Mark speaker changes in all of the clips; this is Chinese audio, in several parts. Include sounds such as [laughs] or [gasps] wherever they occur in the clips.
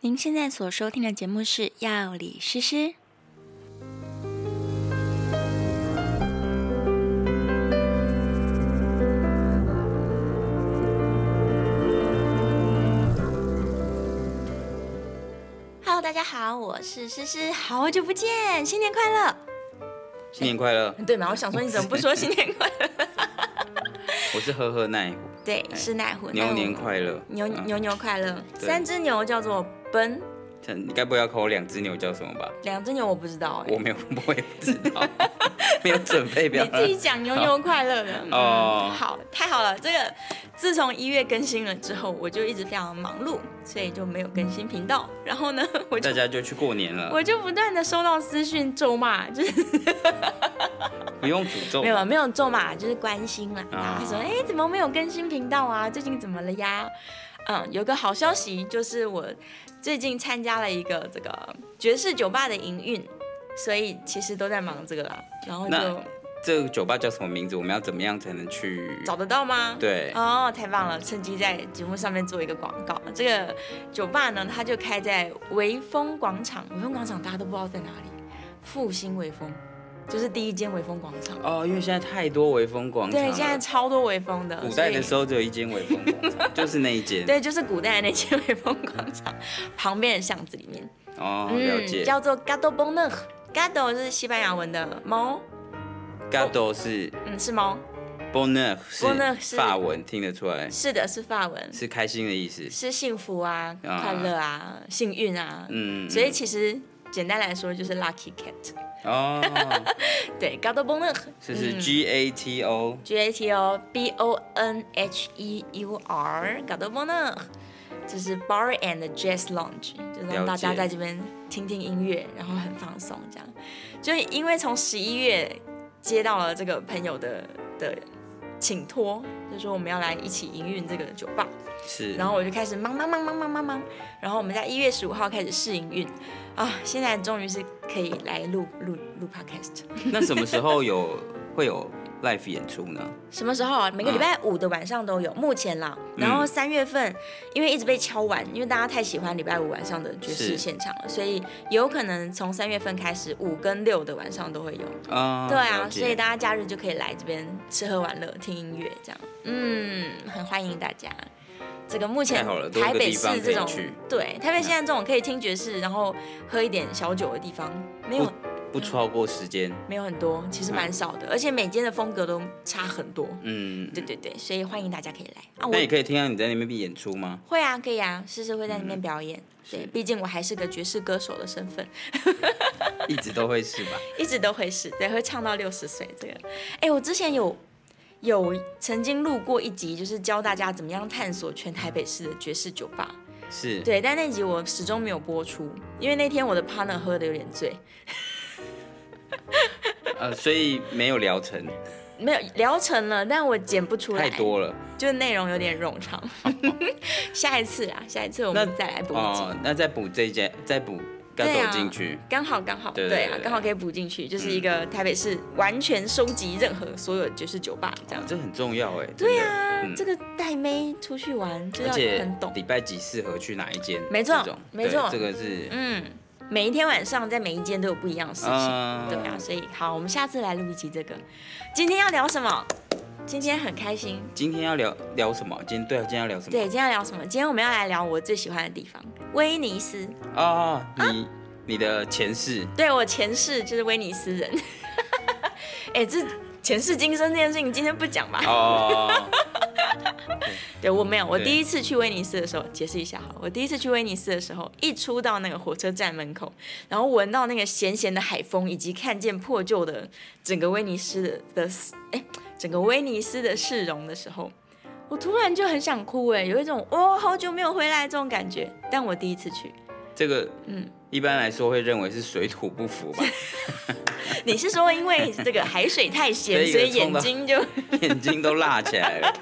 Speaker 1: 您现在所收听的节目是《药理诗诗》。Hello，大家好，我是诗诗，好久不见，新年快乐！
Speaker 2: 新年快乐！
Speaker 1: 对嘛？我想说，你怎么不说新年快乐？哎
Speaker 2: 我是呵呵奈虎，
Speaker 1: [laughs] 对，是奈虎。
Speaker 2: 牛年快乐，
Speaker 1: 牛
Speaker 2: 嗯
Speaker 1: 牛牛快乐！
Speaker 2: 对
Speaker 1: 三只牛叫做奔，
Speaker 2: 这你该不会要考我两只牛叫什么吧？
Speaker 1: 两只牛我不知道哎、
Speaker 2: 我没有，我也不知
Speaker 1: [laughs]
Speaker 2: 道，没有准备表
Speaker 1: 你。自己讲牛牛快
Speaker 2: [laughs]
Speaker 1: 乐的
Speaker 2: 哦
Speaker 1: 嗯，好，太好了。这个自从一月更新了之后，我就一直非常忙碌，所以就没有更新频道。然后呢， [laughs] 我就
Speaker 2: 大家就去过年了，
Speaker 1: 我就不断的收到私讯咒骂， [laughs] 就是
Speaker 2: 不用诅咒
Speaker 1: 没。有没有咒骂，就是关心啦。
Speaker 2: 啊
Speaker 1: 然后说，哎、怎么没有更新频道啊？最近怎么了呀？嗯，有个好消息就是我最近参加了一个这个爵士酒吧的营运，所以其实都在忙这个啦。然后
Speaker 2: 那
Speaker 1: 就
Speaker 2: 这个酒吧叫什么名字？我们要怎么样才能去？
Speaker 1: 找得到吗？
Speaker 2: 对，
Speaker 1: 哦，太棒了！趁机在节目上面做一个广告。这个酒吧呢，它就开在微风广场。微风广场大家都不知道在哪里，复兴微风就是第一间微风广场。
Speaker 2: 哦，因为现在太多微风广场
Speaker 1: 对，
Speaker 2: 了。
Speaker 1: 现在超多微风的。
Speaker 2: 古代的时
Speaker 1: 候。
Speaker 2: 候只有一间微风广
Speaker 1: [laughs]
Speaker 2: 场，就是那一间。
Speaker 1: 对，就是古代的那间微风广场旁边的巷子里面，
Speaker 2: 哦，了解。
Speaker 1: 嗯叫做 Gado b o n e r Gado 是西班牙文的猫，
Speaker 2: Gado 是
Speaker 1: 嗯，是猫，
Speaker 2: Bonheur
Speaker 1: ，Bonheur 是
Speaker 2: 是法文，听得出来
Speaker 1: 是的，是法文，
Speaker 2: 是开心的意思。
Speaker 1: 是幸福啊，
Speaker 2: 啊
Speaker 1: 快乐啊，幸运啊，
Speaker 2: 嗯，
Speaker 1: 所以其实简单来说就是 lucky cat。
Speaker 2: 哦，
Speaker 1: 对 g a t o b o n e r
Speaker 2: 这是 G A T O。
Speaker 1: G A T O 哦 B O N H E U R g a t o b o n e r 就是 Bar and Jazz Lounge，就让大
Speaker 2: 了
Speaker 1: 家
Speaker 2: 解
Speaker 1: 在这边听听音乐，然后很放松这样。就因为从十一月接到了这个朋友的的请托，就说我们要来一起营运这个酒吧，
Speaker 2: 是，
Speaker 1: 然后我就开始忙忙忙忙忙忙忙，然后我们在一月十五号开始试营运，啊，现在终于是可以来录录录 podcast。
Speaker 2: 那什么时候有会有 live 演出呢？
Speaker 1: 什么时候啊？每个礼拜五的晚上都有，目前啦。
Speaker 2: 嗯
Speaker 1: 然后三月份，因为一直被敲完，因为大家太喜欢礼拜五晚上的爵士
Speaker 2: 是
Speaker 1: 现场了，所以有可能从三月份开始，五跟六的晚上都会有。
Speaker 2: 啊、
Speaker 1: [laughs] 对啊
Speaker 2: 了，解
Speaker 1: 所以大家假日就可以来这边吃喝玩乐、听音乐这样。嗯，很欢迎大家。这个目前
Speaker 2: 太好了多一个
Speaker 1: 台北市这
Speaker 2: 地
Speaker 1: 种
Speaker 2: 方可以去，
Speaker 1: 对台北现在这种可以听爵士，然后喝一点小酒的地方，没有
Speaker 2: 不超过时间，
Speaker 1: 没有很多，其实蛮少的，而且每间的风格都差很多。
Speaker 2: 嗯，
Speaker 1: 对对对，所以欢迎大家可以来啊！
Speaker 2: 那也
Speaker 1: 我
Speaker 2: 可以听到你在那边演出吗？
Speaker 1: 会啊，可以啊，诗诗会在那边表演。对，
Speaker 2: 嗯是
Speaker 1: 毕竟我还是个爵士歌手的身份，
Speaker 2: 一直都会是吧？
Speaker 1: 一直都会是，对，会唱到六十岁这个。哎，我之前有有曾经录过一集，就是教大家怎么样探索全台北市的爵士酒吧。
Speaker 2: 是，
Speaker 1: 对，但那集我始终没有播出，因为那天我的 partner 喝的有点醉，
Speaker 2: 呃，所以没有疗程，
Speaker 1: 没有聊成了，但我剪不出来，
Speaker 2: 太多了。
Speaker 1: 就是内容有点冗长。 [laughs] 下一次啦，下一次我们
Speaker 2: 那
Speaker 1: 再来播一集。
Speaker 2: 哦，那再补这一间，再补干
Speaker 1: 对
Speaker 2: 走
Speaker 1: 啊
Speaker 2: 进去。
Speaker 1: 刚好刚好，
Speaker 2: 对
Speaker 1: 对
Speaker 2: 对
Speaker 1: 啊，
Speaker 2: 对嗯
Speaker 1: 刚好可以补进去，就是一个台北市完全收集任何所有爵士酒吧这样
Speaker 2: 哦
Speaker 1: 子。
Speaker 2: 这很重要哎，
Speaker 1: 对
Speaker 2: 呀、
Speaker 1: 啊，
Speaker 2: 嗯
Speaker 1: 这个带妹出去玩就
Speaker 2: 而
Speaker 1: 要
Speaker 2: 且
Speaker 1: 很懂，
Speaker 2: 礼拜几适合去哪一间？
Speaker 1: 没错
Speaker 2: 这种
Speaker 1: 没错
Speaker 2: 对这个是，
Speaker 1: 嗯，每一天晚上在每一间都有不一样的事情，
Speaker 2: 嗯
Speaker 1: 对啊，所以好，我们下次来录一集这个。今天要聊什么？今天很开心，
Speaker 2: 今天要聊聊什么？今天对啊，今天要聊什么？
Speaker 1: 对，今天要聊什么？今天我们要来聊我最喜欢的地方——威尼斯。
Speaker 2: 哦，
Speaker 1: 啊
Speaker 2: 你、你的
Speaker 1: [laughs]
Speaker 2: 前世
Speaker 1: 对我前世就是威尼斯人。 [laughs] 哎、这前世今生这件事情，今天不讲吧？
Speaker 2: 哦，
Speaker 1: 对我没有，我
Speaker 2: 嗯对
Speaker 1: 第一次去威尼斯的时候，解释一下好了，我第一次去威尼斯的时候，一出到那个火车站门口，然后闻到那个咸咸的海风，以及看见破旧的整个威尼斯的的哎，整个威尼斯的市容的时候，我突然就很想哭哎，有一种哦好久没有回来这种感觉。但我第一次去， [laughs]
Speaker 2: 这个嗯，一般来说会认为是水土不服吧， [laughs]
Speaker 1: 你是说因为这个海水太咸，所
Speaker 2: 所以
Speaker 1: 以
Speaker 2: 有冲
Speaker 1: 眼
Speaker 2: 到
Speaker 1: 睛就 [laughs]
Speaker 2: 眼睛都辣起来了，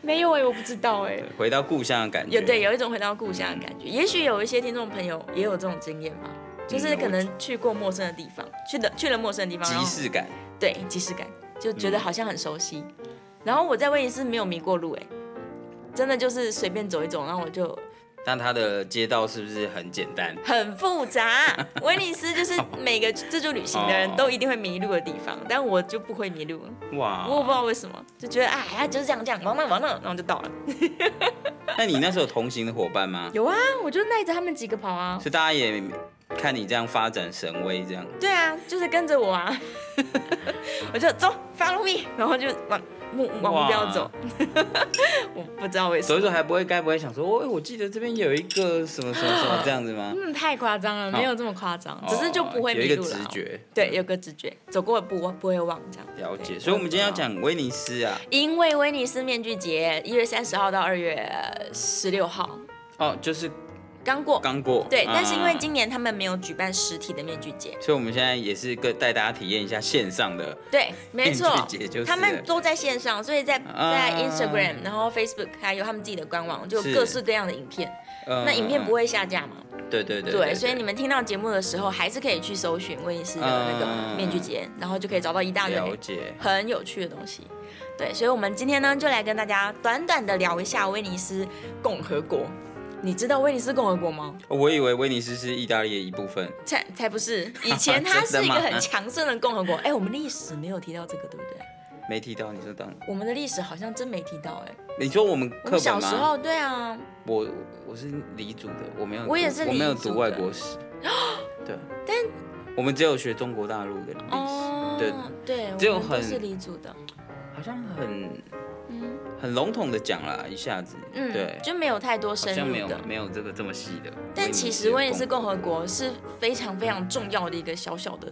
Speaker 1: 没有哎，我不知道哎。
Speaker 2: 回到故乡的感觉。
Speaker 1: 有对，有一嗯种回到故乡的感觉。也许有一些听众朋友也有这种经验吧，就是可能去过陌生的地方，去的去了陌生的地方，然
Speaker 2: 即
Speaker 1: 后
Speaker 2: 视感。
Speaker 1: 对即视感，就觉得好像很熟悉。欸然后我在威尼斯没有迷过路、哎，真的就是随便走一走，然后我就
Speaker 2: 那它的街道是不是很简单？
Speaker 1: 很复 [laughs] 杂。威尼斯就是每个自助旅行的人都一定会迷路的地方，但我就不会迷路，我
Speaker 2: 哇，
Speaker 1: 不知道为什么，就觉得啊，哎就是这样这样，往那往那，然后就到了。
Speaker 2: 那你那时候同行的伙伴吗？
Speaker 1: 有啊，我就带着他们几个跑啊。
Speaker 2: 所以大家也看你这样发展神威，这样
Speaker 1: 对啊，就是跟着我
Speaker 2: [laughs]
Speaker 1: 啊，我就走，follow me，然后就往目往目标走。 [laughs] 我不知道为什
Speaker 2: 走一
Speaker 1: 么，
Speaker 2: 走还不会，该不会想说，哦，我记得这边有一个什么什么什
Speaker 1: [laughs]
Speaker 2: 么这样子吗？
Speaker 1: 嗯，太夸张了，没有这么夸张，只是就不会
Speaker 2: 哦有
Speaker 1: 迷
Speaker 2: 一个
Speaker 1: 路了
Speaker 2: 直
Speaker 1: 啊。
Speaker 2: 觉，
Speaker 1: 对，有个直觉，走过不忘不会忘这样。
Speaker 2: 了解。
Speaker 1: 对
Speaker 2: 所以我们今天要，讲威尼斯啊，
Speaker 1: 因为威尼斯面具节一月三十号到二月十六号
Speaker 2: 哦，就是
Speaker 1: 刚过，
Speaker 2: 刚过，
Speaker 1: 对，但是因为
Speaker 2: 啊
Speaker 1: 今年他们没有举办实体的面具节，
Speaker 2: 所以我们现在也是跟带大家体验一下线上的，
Speaker 1: 对，没错
Speaker 2: 面具节就，是
Speaker 1: 他们都在线上，所以在
Speaker 2: 啊
Speaker 1: 在 Instagram，然后 Facebook，还有他们自己的官网，就有
Speaker 2: 是
Speaker 1: 各式各样的影片。
Speaker 2: 呃
Speaker 1: 那影片不，会下架嘛？
Speaker 2: 对对对
Speaker 1: 啊对，所以你们听到节目的时候，还是可以去搜寻威尼斯的那个面具节，然后就可以找到一大堆
Speaker 2: 了解。
Speaker 1: 很有趣的东西。对，所以我们今天呢，就来跟大家短短的聊一下威尼斯共和国。你知道威尼斯共和国吗？
Speaker 2: 我以为威尼斯是意大利的一部分，
Speaker 1: 才才不 [laughs] 是，以前它
Speaker 2: 真的
Speaker 1: 是一个
Speaker 2: 吗
Speaker 1: 很强盛的共和国。哎，我们历史没有提到这个，对不对？
Speaker 2: 没提到。你说当，
Speaker 1: 我们的历史好像真没提到哎、
Speaker 2: 你说我们
Speaker 1: 我
Speaker 2: 课
Speaker 1: 们小
Speaker 2: 本
Speaker 1: 时
Speaker 2: 吗？
Speaker 1: 候对啊，
Speaker 2: 我我是理组的，我没有读，
Speaker 1: 我也是
Speaker 2: 我没有
Speaker 1: 理组
Speaker 2: 读
Speaker 1: 的
Speaker 2: 外国史。 [gasps] 对，但我们只有学中国大陆的历
Speaker 1: 哦
Speaker 2: 史，，对，
Speaker 1: 对，
Speaker 2: 只有
Speaker 1: 我们都
Speaker 2: 很
Speaker 1: 是黎族的，
Speaker 2: 好像很很笼统的讲啦，一下子，
Speaker 1: 嗯，
Speaker 2: 对，
Speaker 1: 就没有太多
Speaker 2: 好
Speaker 1: 深
Speaker 2: 像没
Speaker 1: 入
Speaker 2: 有
Speaker 1: 的。
Speaker 2: 没有这个这么细的。
Speaker 1: 但其实威尼斯
Speaker 2: 共
Speaker 1: 共和国是非常非常重要的一个小小的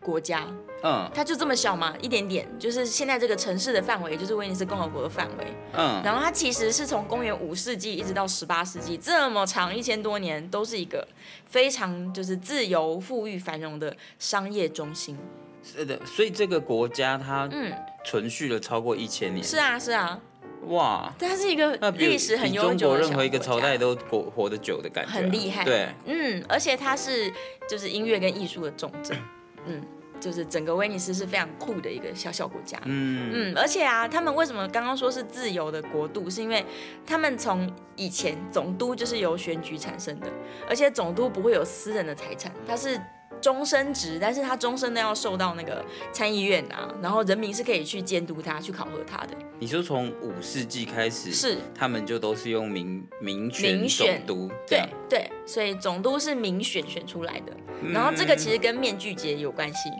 Speaker 1: 国家，
Speaker 2: 嗯
Speaker 1: 它就这么小嘛，一点点，就是现在这个城市的范围，就是威尼斯共和国的范围。
Speaker 2: 嗯，
Speaker 1: 然后它其实是从公元五世纪一直到十八世纪这么长一千多年，都是一个非常就是自由、富裕、繁荣的商业中心。
Speaker 2: 是的，所以这个国家它
Speaker 1: 嗯，
Speaker 2: 存续了超过一千年，
Speaker 1: 是啊，是啊，
Speaker 2: 哇，
Speaker 1: 它是一个
Speaker 2: 那比
Speaker 1: 历史很
Speaker 2: 比
Speaker 1: 悠
Speaker 2: 中
Speaker 1: 久
Speaker 2: 国
Speaker 1: 的小
Speaker 2: 任何一个
Speaker 1: 国
Speaker 2: 朝
Speaker 1: 家
Speaker 2: 代都活活得久的感觉啊，
Speaker 1: 很厉害
Speaker 2: 对，
Speaker 1: 嗯，而且它是就是音乐跟艺术的重镇，嗯，就是整个威尼斯是非常酷的一个小小国家。
Speaker 2: 嗯，
Speaker 1: 嗯，而且啊，他们为什么刚刚说是自由的国度，是因为他们从以前总督就是由选举产生的，而且总督不会有私人的财产，他是终身职，但是他终身都要受到那个参议院啊，然后人民是可以去监督他、去考核他的，
Speaker 2: 你说从五世纪开始，
Speaker 1: 是
Speaker 2: 他们就都是用民民选
Speaker 1: 民选
Speaker 2: 总督，这
Speaker 1: 对
Speaker 2: 样
Speaker 1: 对，所以总督是民选选出来的，然后这个其实跟面具节有关系，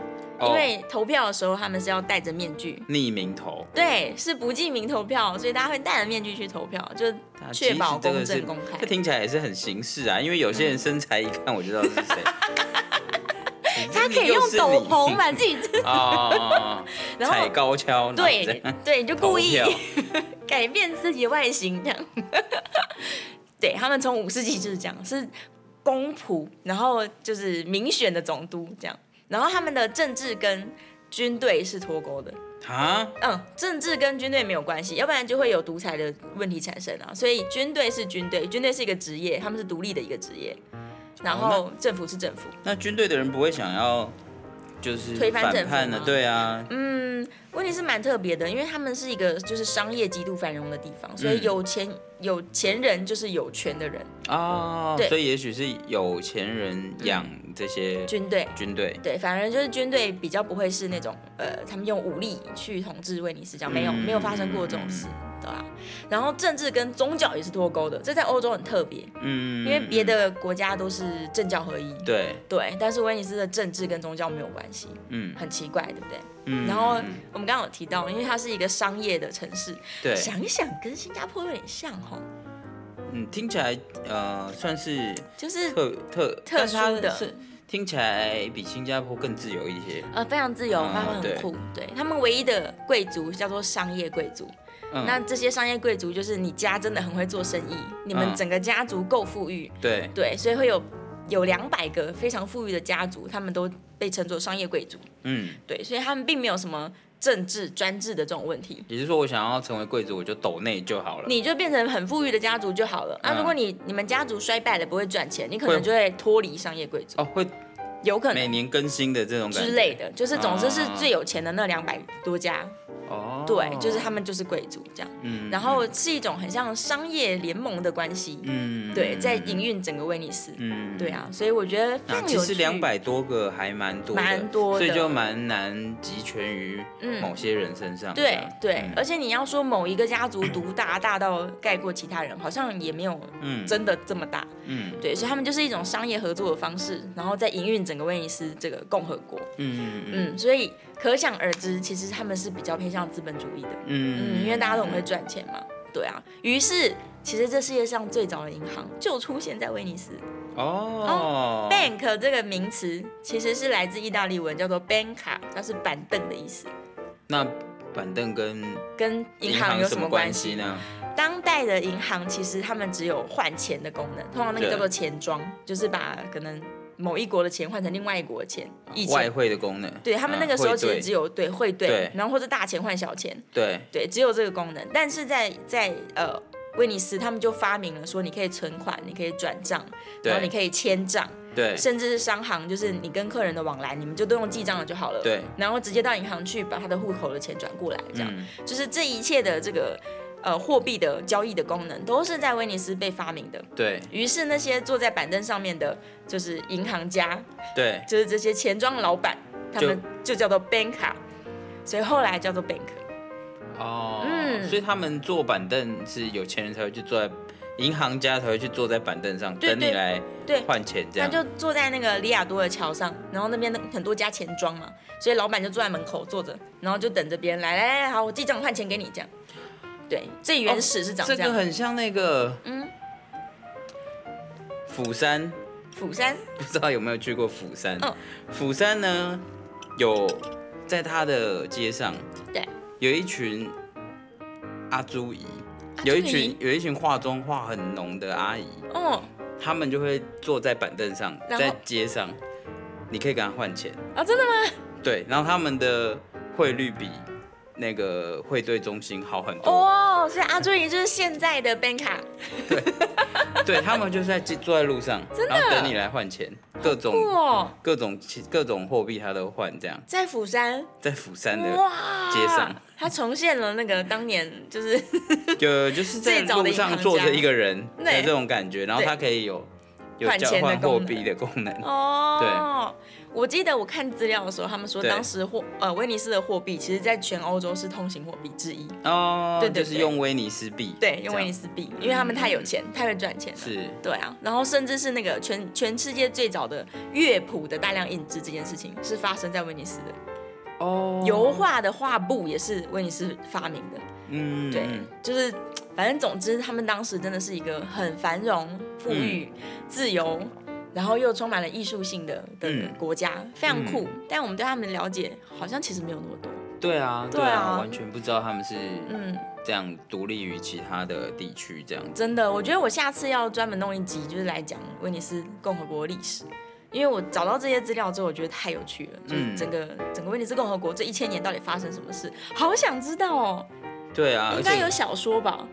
Speaker 1: 因为投票的时候他们是要戴着面具。
Speaker 2: 哦匿名投，
Speaker 1: 对，是不记名投票，所以大家会戴着面具去投票，就
Speaker 2: 啊
Speaker 1: 确保
Speaker 2: 其实这
Speaker 1: 公
Speaker 2: 个是
Speaker 1: 正公开嗯
Speaker 2: 这。听起来也是很形式啊，因为有些人身材一看我就知道是谁。
Speaker 1: [laughs] 他可以用斗篷把自己，
Speaker 2: 啊， [laughs] 哦哦哦
Speaker 1: [laughs] 然
Speaker 2: 踩
Speaker 1: 后
Speaker 2: [laughs] 高跷，然后这
Speaker 1: 对
Speaker 2: 样
Speaker 1: 对，你就
Speaker 2: 投
Speaker 1: 故意
Speaker 2: 票 [laughs]
Speaker 1: 改变自己的外形这样。 [laughs] 对他们从五世纪就是这样，是公仆，然后就是民选的总督这样，然后他们的政治跟军队是脱钩的。
Speaker 2: 啊，
Speaker 1: 嗯，政治跟军队没有关系，要不然就会有独裁的问题产生啊。所以军队是军队，军队是一个职业，他们是独立的一个职业，然后政府是政府。
Speaker 2: 那军队的人不会想要就是
Speaker 1: 推翻
Speaker 2: 反
Speaker 1: 政府
Speaker 2: 叛呢？
Speaker 1: 吗
Speaker 2: 对啊，
Speaker 1: 嗯，问题是蛮特别的，因为他们是一个就是商业极度繁荣的地方，所以
Speaker 2: 嗯
Speaker 1: 有钱、有钱人就是有权的人，
Speaker 2: 哦
Speaker 1: 嗯对，嗯
Speaker 2: 所以也许是有钱人养这些
Speaker 1: 军队。
Speaker 2: 军队，
Speaker 1: 对，反而就是军队比较不会是那种呃，他们用武力去统治威尼斯，这样没有、没有发生过这种事，对吧、然后政治跟宗教也是脱钩的，这在欧洲很特别，
Speaker 2: 嗯，
Speaker 1: 因为别的国家都是政教合一，
Speaker 2: 对，
Speaker 1: 对，但是威尼斯的政治跟宗教没有关系，
Speaker 2: 嗯
Speaker 1: 很奇怪，对不对？
Speaker 2: 嗯，
Speaker 1: 然后
Speaker 2: 嗯
Speaker 1: 我们刚刚有提到，因为它是一个商业的城市，
Speaker 2: 对，
Speaker 1: 想一想跟新加坡有点像哦，
Speaker 2: 嗯，听起来呃算是
Speaker 1: 就是
Speaker 2: 特特
Speaker 1: 特殊，
Speaker 2: 但是它
Speaker 1: 的
Speaker 2: 是听起来比新加坡更自由一些，
Speaker 1: 呃非常自由，
Speaker 2: 嗯
Speaker 1: 他们很
Speaker 2: 对
Speaker 1: 酷，对他们唯一的贵族叫做商业贵族。
Speaker 2: 嗯
Speaker 1: 那这些商业贵族就是你家真的很会做生意，你们
Speaker 2: 嗯
Speaker 1: 整个家族够富裕，
Speaker 2: 对，
Speaker 1: 对，所以会有有两百个非常富裕的家族，他们都被称作商业贵族。
Speaker 2: 嗯，
Speaker 1: 对，所以他们并没有什么政治专制的这种问题。
Speaker 2: 也就是说我想要成为贵族，我就抖内就好了，
Speaker 1: 你就变成很富裕的家族就好了。那、啊
Speaker 2: 嗯
Speaker 1: 如果你你们家族衰败了，不会赚钱，你可能
Speaker 2: 会
Speaker 1: 就会脱离商业贵族，
Speaker 2: 哦会
Speaker 1: 有可
Speaker 2: 每
Speaker 1: 能
Speaker 2: 年更新的这种感觉
Speaker 1: 之类的。就是总之是
Speaker 2: 啊
Speaker 1: 最有钱的那两百多家，
Speaker 2: 哦，
Speaker 1: 对，就是他，们就是贵族这样。
Speaker 2: 嗯
Speaker 1: 然后是一种很像商业联盟的关系，
Speaker 2: 嗯，嗯
Speaker 1: 对，在营，运整个威尼斯。
Speaker 2: 嗯
Speaker 1: 对，啊，所以我觉得非
Speaker 2: 啊，
Speaker 1: 常
Speaker 2: 其
Speaker 1: 有
Speaker 2: 实
Speaker 1: 趣。
Speaker 2: 两百多个还蛮多的，
Speaker 1: 蛮多的
Speaker 2: 所以就蛮难集全于
Speaker 1: 嗯
Speaker 2: 某些人身上。这
Speaker 1: 对
Speaker 2: 样
Speaker 1: 对，而
Speaker 2: 嗯
Speaker 1: 且你要说某一个家族独大，大到盖过其他人，好像也没有
Speaker 2: 嗯
Speaker 1: 真的这么大。
Speaker 2: 嗯
Speaker 1: 对，所以他们就是一种商业合作的方式，然后在营运整个威尼斯这个共和国。
Speaker 2: 嗯嗯
Speaker 1: 嗯，所以可想而知，其实他们是比较偏向资本主义的。
Speaker 2: 嗯
Speaker 1: 嗯，因为大家都很会赚钱嘛。对啊，于是其实这世界上最早的银行就出现在威尼斯。
Speaker 2: 嗯哦
Speaker 1: bank 这个名词其实是来自意大利文，叫做 banca，它是板凳的意思，
Speaker 2: 那板凳跟
Speaker 1: 跟银
Speaker 2: 银
Speaker 1: 行有
Speaker 2: 什
Speaker 1: 什么
Speaker 2: 关
Speaker 1: 关系？
Speaker 2: 呢？
Speaker 1: 当代的银行其实他们只有换钱的功能，通常那个
Speaker 2: 对
Speaker 1: 叫做钱庄，就是把可能某一国的钱换成另外一国的钱。以
Speaker 2: 外
Speaker 1: 前
Speaker 2: 汇的功能，
Speaker 1: 对他们
Speaker 2: 嗯
Speaker 1: 那个时候
Speaker 2: 汇
Speaker 1: 其
Speaker 2: 兑
Speaker 1: 实只有对汇兑
Speaker 2: 对，
Speaker 1: 然后或者大钱换小钱，
Speaker 2: 对，
Speaker 1: 对，只有这个功能。但是在在呃威尼斯，他们就发明了说，你可以存款，你可以转账，
Speaker 2: 对
Speaker 1: 然后你可以签账，
Speaker 2: 对
Speaker 1: 甚至是商行，就是你跟客人的往来，你们就都用记账了就好了。
Speaker 2: 对，
Speaker 1: 然后直接到银行去把他的户口的钱转过来，这样、
Speaker 2: 嗯
Speaker 1: 就是这一切的这个呃货币的交易的功能都是在威尼斯被发明的。
Speaker 2: 对
Speaker 1: 于是那些坐在板凳上面的，就是银行家，
Speaker 2: 对，
Speaker 1: 就是这些钱庄老板，他们就叫做 banker，所以后来叫做 bank。
Speaker 2: 哦，
Speaker 1: 嗯
Speaker 2: 所以他们坐板凳是有钱人才会去坐在，银行家才会去坐在板凳上
Speaker 1: 对
Speaker 2: 等你
Speaker 1: 对
Speaker 2: 来
Speaker 1: 对
Speaker 2: 换钱这
Speaker 1: 他
Speaker 2: 样，
Speaker 1: 就坐在那个里亚多的桥上，然后那边很多家钱庄嘛，所以老板就坐在门口坐着，然后就等着别人来，来来来，好，我记账换钱给你这样。对，最原始是长这
Speaker 2: 哦这
Speaker 1: 样。
Speaker 2: 个很像那个
Speaker 1: 嗯，
Speaker 2: 釜山， [laughs]
Speaker 1: 釜山，
Speaker 2: 不知道有没有去过釜山？
Speaker 1: 嗯
Speaker 2: 釜山呢有在它的街上
Speaker 1: 对，
Speaker 2: 有一群阿朱姨，
Speaker 1: 阿
Speaker 2: 有一
Speaker 1: 朱姨
Speaker 2: 群有一群化妆化很浓的阿姨，
Speaker 1: 哦，
Speaker 2: 他们就会坐在板凳上，
Speaker 1: 然后
Speaker 2: 在街上，你可以跟他换钱。
Speaker 1: 啊，真的吗？
Speaker 2: 对，然后他们的汇率比那个汇兑中心好很多。
Speaker 1: 哦，所以阿朱姨就是现在的 Banca，
Speaker 2: 对他们就是在街坐在
Speaker 1: [laughs]
Speaker 2: 路上，然后等你来换钱，各种、
Speaker 1: 酷哦，
Speaker 2: 各种各种货币他都换，这样
Speaker 1: 在釜山，
Speaker 2: 在釜山的
Speaker 1: 哇，
Speaker 2: 街上，
Speaker 1: 他重现了那个当年
Speaker 2: [laughs]
Speaker 1: 就是
Speaker 2: 就就是在
Speaker 1: 最早的
Speaker 2: 路
Speaker 1: 银行
Speaker 2: 上
Speaker 1: 家
Speaker 2: 坐着一个人
Speaker 1: 对
Speaker 2: 的这种感觉，然后
Speaker 1: 对
Speaker 2: 他可以有有
Speaker 1: 换
Speaker 2: 交
Speaker 1: 钱的
Speaker 2: 换
Speaker 1: 功
Speaker 2: 货
Speaker 1: 能
Speaker 2: 币的功能。
Speaker 1: 哦，对，我记得我看资料的时候，他们说
Speaker 2: 对
Speaker 1: 当时货呃威尼斯的货币，其实在全欧洲是通行货币之一。
Speaker 2: 哦，
Speaker 1: 对对
Speaker 2: 就
Speaker 1: 对
Speaker 2: 是用威尼斯币，
Speaker 1: 对，用威尼
Speaker 2: 斯
Speaker 1: 斯币，因为他们太有钱，太会赚钱了。
Speaker 2: 嗯是
Speaker 1: 对啊，然后甚至是那个全全世界最早的乐谱的大量印制这件事情是发生在威尼斯的，
Speaker 2: 哦
Speaker 1: 油，画的画布也是威尼斯发明的。
Speaker 2: 嗯，
Speaker 1: 对
Speaker 2: 嗯，
Speaker 1: 就是反正总之，他们当时真的是一个很繁荣、富
Speaker 2: 嗯
Speaker 1: 裕、自由，然后又充满了艺术性的的
Speaker 2: 嗯
Speaker 1: 国家，非常酷。但我们对他们的了解好像其实没有那么多。
Speaker 2: 对啊，对
Speaker 1: 对
Speaker 2: 啊，
Speaker 1: 啊
Speaker 2: 完全不知道他们是
Speaker 1: 嗯，
Speaker 2: 这样独立于其他的地区这样子。
Speaker 1: 真的，我觉得我下次要专门弄一集，就是来讲威尼斯共和国历史。因为我找到这些资料之后，我觉得太有趣了，就是
Speaker 2: 嗯
Speaker 1: 整个、整个威尼斯共和国这一千年到底发生什么事，好想知道哦。
Speaker 2: 对啊，而
Speaker 1: 应该有
Speaker 2: 且
Speaker 1: 小说吧？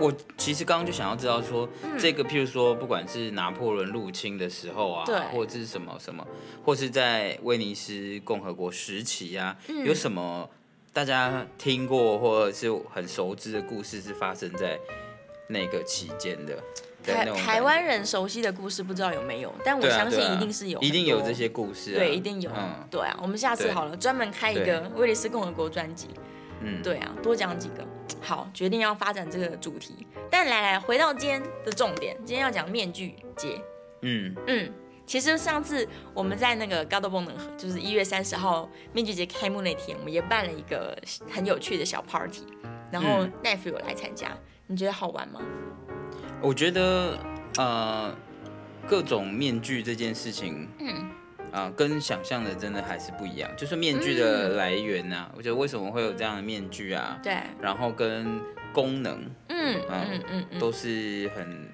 Speaker 2: 我其实刚刚就想要知道说，
Speaker 1: 嗯
Speaker 2: 这个譬如说，不管是拿破仑入侵的时候啊
Speaker 1: 对，
Speaker 2: 或者是什么什么，或是在威尼斯共和国时期啊，
Speaker 1: 嗯
Speaker 2: 有什么大家听过或者是很熟知的故事是发生在那个期间的？对那
Speaker 1: 台
Speaker 2: 种感觉
Speaker 1: 台湾人熟悉的故事不知道有没有，但我
Speaker 2: 对啊
Speaker 1: 相信
Speaker 2: 对啊
Speaker 1: 一定是有、
Speaker 2: 一定有这些故事、啊，
Speaker 1: 对，一定有。
Speaker 2: 嗯
Speaker 1: 对啊，我们下次
Speaker 2: 对
Speaker 1: 好了，专门开一个威尼斯共和国专辑。
Speaker 2: 嗯，
Speaker 1: 对啊，多讲几个。好，决定要发展这个主题。但来来，回到今天的重点，今天要讲面具节。
Speaker 2: 嗯，
Speaker 1: 嗯，其实上次我们在那个高德蹦的，就是一月三十号面具节开幕那天，我们也办了一个很有趣的小 party，然后
Speaker 2: 嗯
Speaker 1: 奈夫有来参加。你觉得好玩吗？
Speaker 2: 我觉得呃，各种面具这件事情，
Speaker 1: 嗯
Speaker 2: 啊、跟想象的真的还是不一样。就是面具的
Speaker 1: 嗯
Speaker 2: 来源啊，我觉得为什么会有这样的面具啊，
Speaker 1: 对，
Speaker 2: 然后跟功能
Speaker 1: 嗯
Speaker 2: 嗯
Speaker 1: 嗯嗯嗯，
Speaker 2: 都是很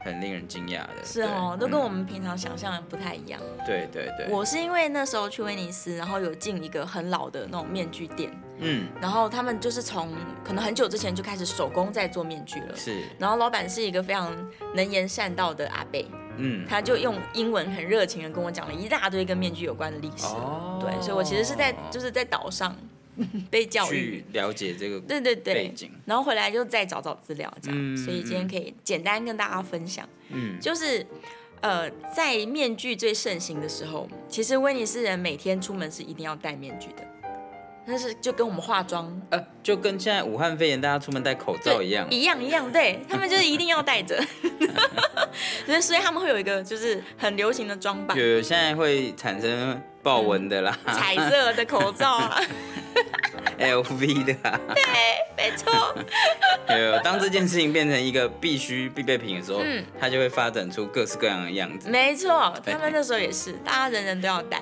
Speaker 2: 很令人惊讶的。
Speaker 1: 是
Speaker 2: 对
Speaker 1: 哦，都跟我、
Speaker 2: 嗯
Speaker 1: 们平常想象的不太一样。
Speaker 2: 对对对，
Speaker 1: 我是因为那时候去威尼斯，然后有进一个很老的那种面具店，
Speaker 2: 嗯
Speaker 1: 然后他们就是从可能很久之前就开始手工在做面具了。
Speaker 2: 是
Speaker 1: 然后老板是一个非常能言善道的阿贝，
Speaker 2: 嗯
Speaker 1: 他就用英文很热情的跟我讲了一大堆跟面具有关的历史。
Speaker 2: 哦
Speaker 1: 对，所以我其实是在就是在岛上 [laughs] 被教育。
Speaker 2: 去了解这个
Speaker 1: 对对
Speaker 2: 背
Speaker 1: 对，
Speaker 2: 景。
Speaker 1: 然后回来就再找找资料，这样。
Speaker 2: 嗯
Speaker 1: 所以今天可以简单跟大家分享，
Speaker 2: 嗯，
Speaker 1: 就是呃，在面具最盛行的时候，其实威尼斯人每天出门是一定要戴面具的，但是就跟我们化妆
Speaker 2: 呃，就跟现在武汉肺炎大家出门戴口罩
Speaker 1: 对
Speaker 2: 一样，
Speaker 1: 一样一样，对他们就是一定要戴着，所以所以他们会有一个就是很流行的装
Speaker 2: [laughs]
Speaker 1: 扮
Speaker 2: 有，有现在会产生豹纹的啦、
Speaker 1: 嗯彩色的口罩啊，
Speaker 2: l v 的啦，
Speaker 1: 没错，
Speaker 2: 有有当这件事情变成一个必须必备品的时候，
Speaker 1: 嗯
Speaker 2: 它就会发展出各式各样的样子。
Speaker 1: 没错，
Speaker 2: 对
Speaker 1: 他们那时候也是，大家人人都要戴，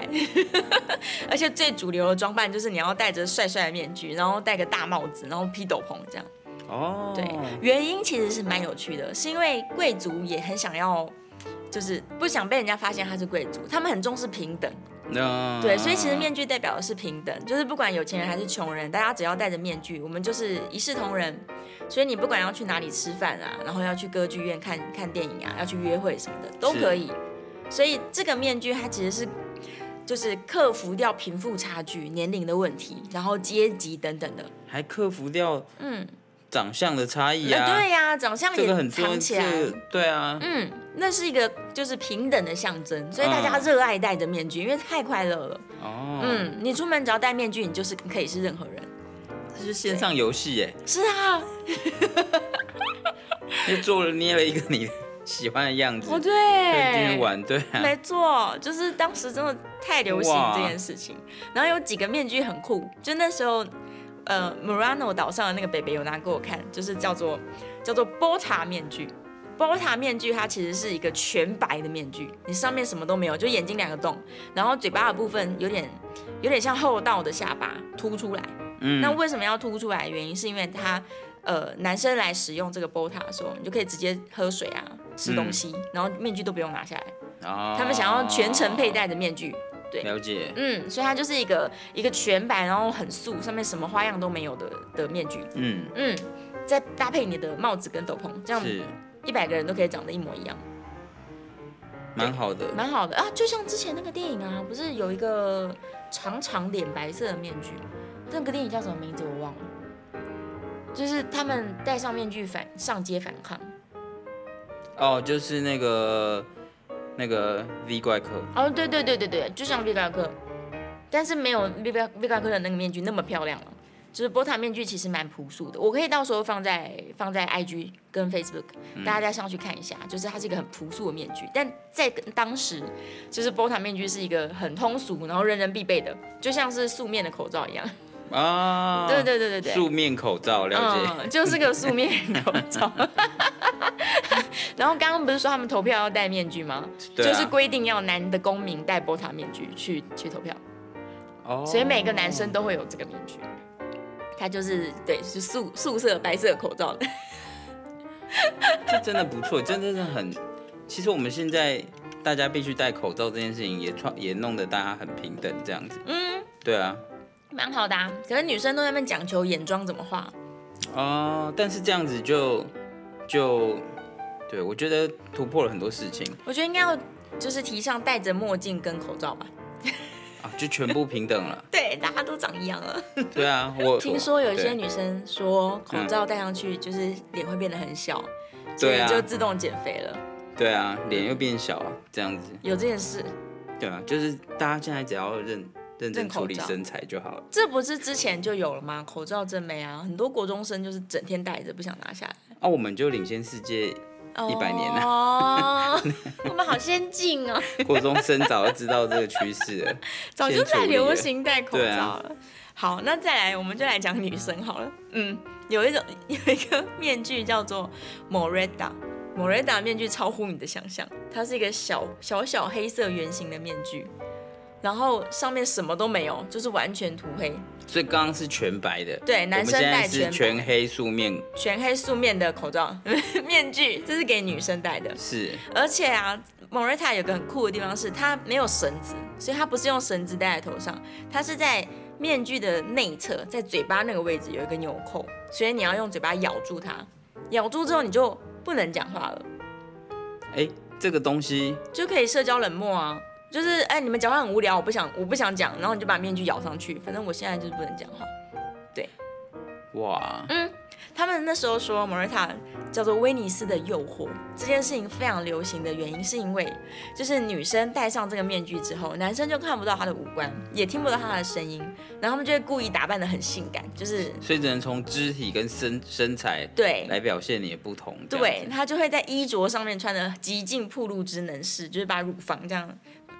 Speaker 1: [laughs] 而且最主流的装扮就是你要戴着帅帅的面具，然后戴个大帽子，然后披斗篷这样。
Speaker 2: 哦，
Speaker 1: 对，原因其实是蛮有趣的，是因为贵族也很想要。就是不想被人家发现他是贵族，他们很重视平等，
Speaker 2: 那
Speaker 1: 对，所以其实面具代表的是平等，就是不管有钱人还是穷人，大家只要戴着面具，我们就是一视同仁。所以你不管要去哪里吃饭啊，然后要去歌剧院看看电影啊，要去约会什么的都可以。所以这个面具它其实是就是克服掉贫富差距、年龄的问题，然后阶级等等的。
Speaker 2: 还克服掉
Speaker 1: 嗯，
Speaker 2: 长相的差异
Speaker 1: 呃
Speaker 2: 啊，
Speaker 1: 对呀、长相
Speaker 2: 这个很
Speaker 1: 也
Speaker 2: 重要，
Speaker 1: 藏起来。
Speaker 2: 这个对啊，
Speaker 1: 嗯，那是一个就是平等的象征，所以大家
Speaker 2: 嗯
Speaker 1: 热爱戴着面具，因为太快乐了。
Speaker 2: 哦，
Speaker 1: 嗯，你出门只要戴面具，你就是可以是任何人。
Speaker 2: 这是线上游戏耶，
Speaker 1: 是啊，
Speaker 2: 就做了捏了一个你喜欢的样子，
Speaker 1: 哦
Speaker 2: 对，进
Speaker 1: 对
Speaker 2: 去，玩，对
Speaker 1: [laughs]
Speaker 2: 啊，
Speaker 1: 没错，就是当时真的太流行这件事情。然后有几个面具很酷，就那时候，呃，Murano 岛上的那个北北有拿给我看，就是叫做叫做波塔面具。波塔面具它其实是一个全白的面具，你上面什么都没有，就眼睛两个洞，然后嘴巴的部分有点有点像厚道的下巴凸出来。
Speaker 2: 嗯
Speaker 1: 那为什么要凸出来？原因是因为它，呃，男生来使用这个 BOTA 的时候，你就可以直接喝水啊、吃东西，然后面具都不用拿下来。
Speaker 2: 哦
Speaker 1: 他们想要全程佩戴的面具，对
Speaker 2: 了解，
Speaker 1: 嗯，所以它就是一个一个全白，然后很素，上面什么花样都没有的的面具，
Speaker 2: 嗯，
Speaker 1: 嗯，再搭配你的帽子跟斗篷，这样
Speaker 2: 是
Speaker 1: 一百个人都可以长得一模一样，
Speaker 2: 蛮好的，
Speaker 1: 蛮好的啊。就像之前那个电影啊，不是有一个长长脸白色的面具，那个电影叫什么名字我忘了，就是他们戴上面具反上街反抗。
Speaker 2: 哦，就是那个那个 V 怪客，
Speaker 1: 哦，对对对对对，就像绿盖克，但是没有绿盖绿盖克的那个面具那么漂亮了。就是波塔面具其实蛮朴素的，我可以到时候放在放在 IG 跟 Facebook，大家
Speaker 2: 嗯
Speaker 1: 再上去看一下。就是它是一个很朴素的面具，但在当时，就是波塔面具是一个很通俗，然后人人必备的，就像是素面的口罩一样。
Speaker 2: 啊，
Speaker 1: 对对对对对，
Speaker 2: 素面口罩，了解，
Speaker 1: 嗯，就是个素面口罩。 [laughs] 然后刚刚不是说他们投票要戴面具吗？
Speaker 2: 对
Speaker 1: 就
Speaker 2: 啊
Speaker 1: 是规定要男的公民戴波塔面具去去投票，
Speaker 2: 哦
Speaker 1: 所以每个男生都会有这个面具。他就是对，是素素色白色口罩的，
Speaker 2: 这真的不错，真的是很。其实我们现在大家必须戴口罩这件事情也创也弄得大家很平等这样子。嗯，对啊，
Speaker 1: [laughs] 蛮好的、啊。可是女生都在那边讲求眼妆怎么画，
Speaker 2: 哦、但是这样子就就对我觉得突破了很多事情
Speaker 1: 我觉得应该要就是提倡戴着墨镜跟口罩吧。。
Speaker 2: 啊，就全部平等了
Speaker 1: [laughs] 对，大家都长一样了。
Speaker 2: 对啊，我
Speaker 1: 听说有一些
Speaker 2: 对
Speaker 1: 女生说口罩戴上去就是脸会变得很小，所
Speaker 2: 对
Speaker 1: 以
Speaker 2: 啊
Speaker 1: 就自动减肥了。
Speaker 2: 对啊，脸又变小啊，这样子
Speaker 1: 有这件事，
Speaker 2: 对啊，就是大家现在只要认认
Speaker 1: 认
Speaker 2: 真
Speaker 1: 口
Speaker 2: 处理
Speaker 1: 罩
Speaker 2: 身材就好了。
Speaker 1: 这不是之前就有了吗？口罩真美啊，很多国中生就是整天戴着不想拿下来。
Speaker 2: 啊，我们就领先世界，100年了
Speaker 1: 哦，我们好先进哦，
Speaker 2: [laughs] 国中生早就知道这个趋势了。
Speaker 1: 早就在流行戴口罩
Speaker 2: 对啊
Speaker 1: 了。好，那再来，我们就来讲女生好了。嗯，有一种 [laughs] 有一个面具叫做 Moretta。Moretta 面具超乎你的想象，它是一个小小小黑色圆形的面具，然后上面什么都没有，就是完全涂黑，
Speaker 2: 所以刚刚是全白的，
Speaker 1: 对男生
Speaker 2: 我们现
Speaker 1: 戴
Speaker 2: 在
Speaker 1: 全白
Speaker 2: 是全黑素面，
Speaker 1: 全黑素面的口罩 [laughs] 面具，这是给女生戴的。
Speaker 2: 是
Speaker 1: 而且啊，Moretta 有个很酷的地方是，它没有绳子，所以它不是用绳子戴在头上，它是在面具的内侧，在嘴巴那个位置有一个纽扣，所以你要用嘴巴咬住它，咬住之后你就不能讲话了，
Speaker 2: 哎、这个东西
Speaker 1: 就可以社交冷漠啊。就是哎、你们讲话很无聊，我不想，我不想讲，然后你就把面具咬上去，反正我现在就是不能讲话。对，
Speaker 2: 哇，
Speaker 1: 他们那时候说蒙瑞塔叫做威尼斯的诱惑，这件事情非常流行的原因是因为，就是女生戴上这个面具之后，男生就看不到她的五官，也听不到她的声音，然后他们就会故意打扮的很性感，就是
Speaker 2: 所以只能从肢体跟身身材
Speaker 1: 对
Speaker 2: 来表现你的不同。这样
Speaker 1: 对，他就会在衣着上面穿的极尽暴露之能事，就是把乳房这样